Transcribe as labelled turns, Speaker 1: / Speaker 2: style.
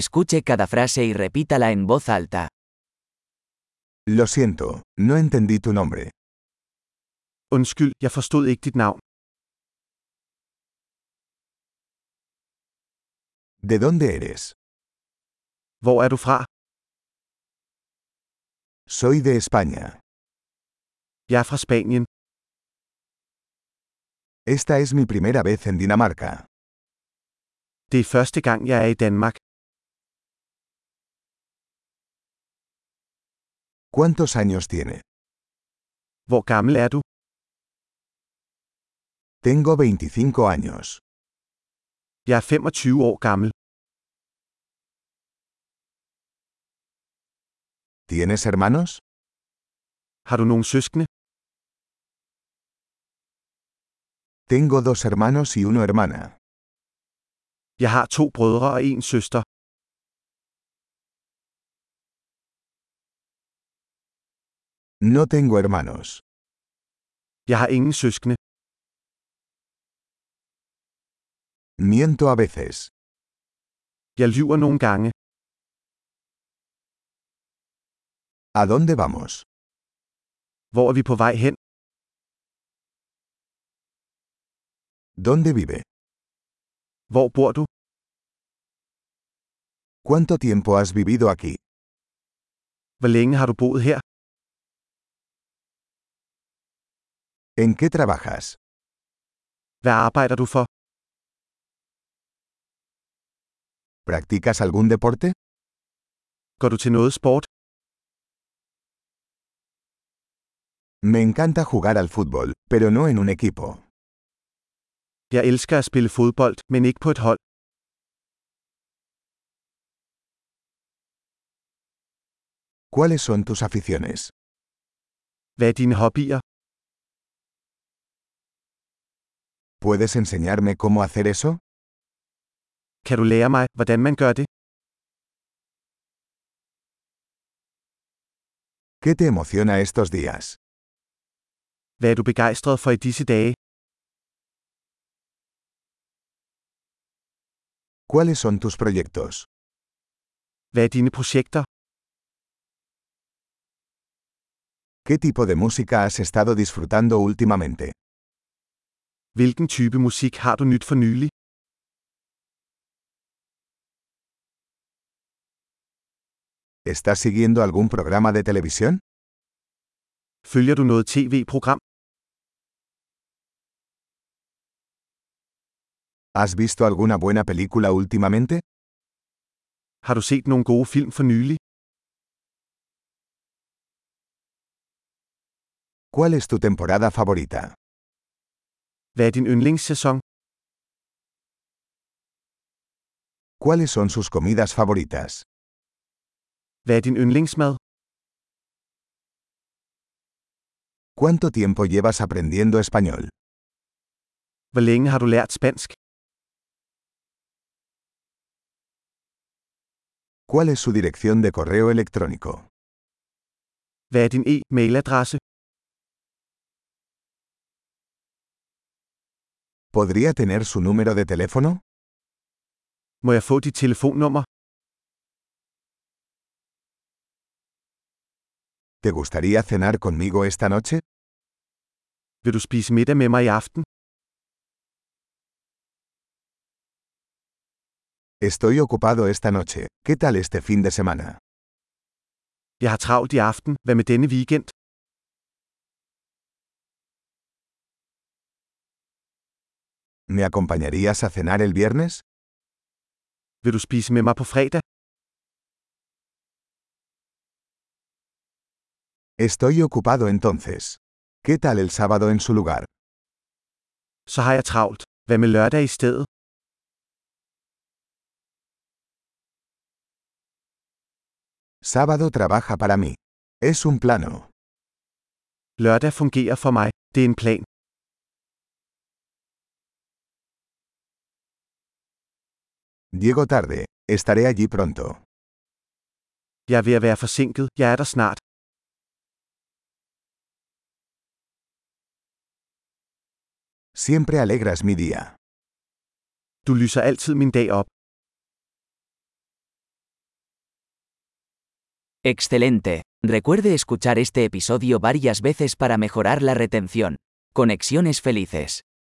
Speaker 1: Escuche cada frase y repítala en voz alta.
Speaker 2: Lo siento, no entendí tu nombre.
Speaker 3: Undskyld, jeg forstod ikke dit navn.
Speaker 2: ¿De dónde eres?
Speaker 3: Hvor er du fra?
Speaker 2: Soy de España.
Speaker 3: Jeg er fra Spanien.
Speaker 2: Esta es mi primera vez en Dinamarca.
Speaker 3: Det er første gang, jeg er i Danmark.
Speaker 2: ¿Cuántos años tiene?
Speaker 3: Hvor gammel er du?
Speaker 2: Tengo 25 años.
Speaker 3: Jeg er 25 år gammel.
Speaker 2: ¿Tienes hermanos?
Speaker 3: Har du nogen søskende?
Speaker 2: Tengo dos hermanos y una hermana.
Speaker 3: Jeg har to brødre og en søster.
Speaker 2: No tengo hermanos.
Speaker 3: Jeg har ingen søskende.
Speaker 2: Miento a veces.
Speaker 3: Jeg lyver nogle gange.
Speaker 2: ¿A dónde vamos?
Speaker 3: Hvor er vi på vej hen?
Speaker 2: ¿Dónde vive?
Speaker 3: Hvor bor du?
Speaker 2: ¿Cuánto tiempo has vivido aquí?
Speaker 3: Hvor længe har du boet her?
Speaker 2: ¿En qué trabajas?
Speaker 3: Hvad arbejder du for?
Speaker 2: ¿Practicas algún deporte?
Speaker 3: Går du til noget sport?
Speaker 2: Me encanta jugar al fútbol, pero no en un equipo.
Speaker 3: Jeg elsker at spille fodbold, men ikke på et hold.
Speaker 2: ¿Cuáles son tus aficiones?
Speaker 3: Hvad er dine hobbyer?
Speaker 2: ¿Puedes enseñarme cómo hacer eso?
Speaker 3: Kan du lære mig, hvordan man gør det?
Speaker 2: ¿Qué te emociona estos días?
Speaker 3: Hvad er du begejstret for i disse dage?
Speaker 2: ¿Cuáles son tus proyectos?
Speaker 3: Hvad er dine projekter?
Speaker 2: ¿Qué tipo de música has estado disfrutando últimamente?
Speaker 3: Hvilken type musik har du nyt for nylig?
Speaker 2: ¿Estás siguiendo algún programa de televisión?
Speaker 3: Følger du noget tv-program?
Speaker 2: ¿Has visto alguna buena película últimamente?
Speaker 3: Har du set nogle gode film for nylig?
Speaker 2: ¿Cuál es tu temporada favorita?
Speaker 3: Hvad er din yndlingssæson?
Speaker 2: ¿Cuáles son sus comidas favoritas?
Speaker 3: Hvad er din yndlingsmad?
Speaker 2: ¿Cuánto tiempo llevas aprendiendo español?
Speaker 3: Hvor længe har du lært spansk?
Speaker 2: ¿Cuál es su dirección de correo electrónico?
Speaker 3: Hvad er din e-mailadresse?
Speaker 2: ¿Podría tener su número de teléfono?
Speaker 3: Må jeg få dit telefonnummer?
Speaker 2: ¿Te gustaría cenar conmigo esta noche?
Speaker 3: Vil du spise middag med mig i aften?
Speaker 2: Estoy ocupado esta noche. ¿Qué tal este fin de semana?
Speaker 3: Jeg har travlt i aften. Hvad med denne weekend?
Speaker 2: ¿Me acompañarías a cenar el viernes?
Speaker 3: Vil du spise med mig på fredag?
Speaker 2: Estoy ocupado entonces. ¿Qué tal el sábado en su lugar?
Speaker 3: Så har jeg travlt. Hvad med lørdag i stedet?
Speaker 2: Sábado trabaja para mí. Es un plano.
Speaker 3: Lørdag fungerer for mig. Det er en plan.
Speaker 2: Llego tarde. Estaré allí pronto.
Speaker 3: Jeg er ved at være forsinket. Jeg er der snart.
Speaker 2: Siempre alegras mi día.
Speaker 3: Du lyser altid min dag op.
Speaker 1: Excelente. Recuerde escuchar este episodio varias veces para mejorar la retención. Conexiones felices.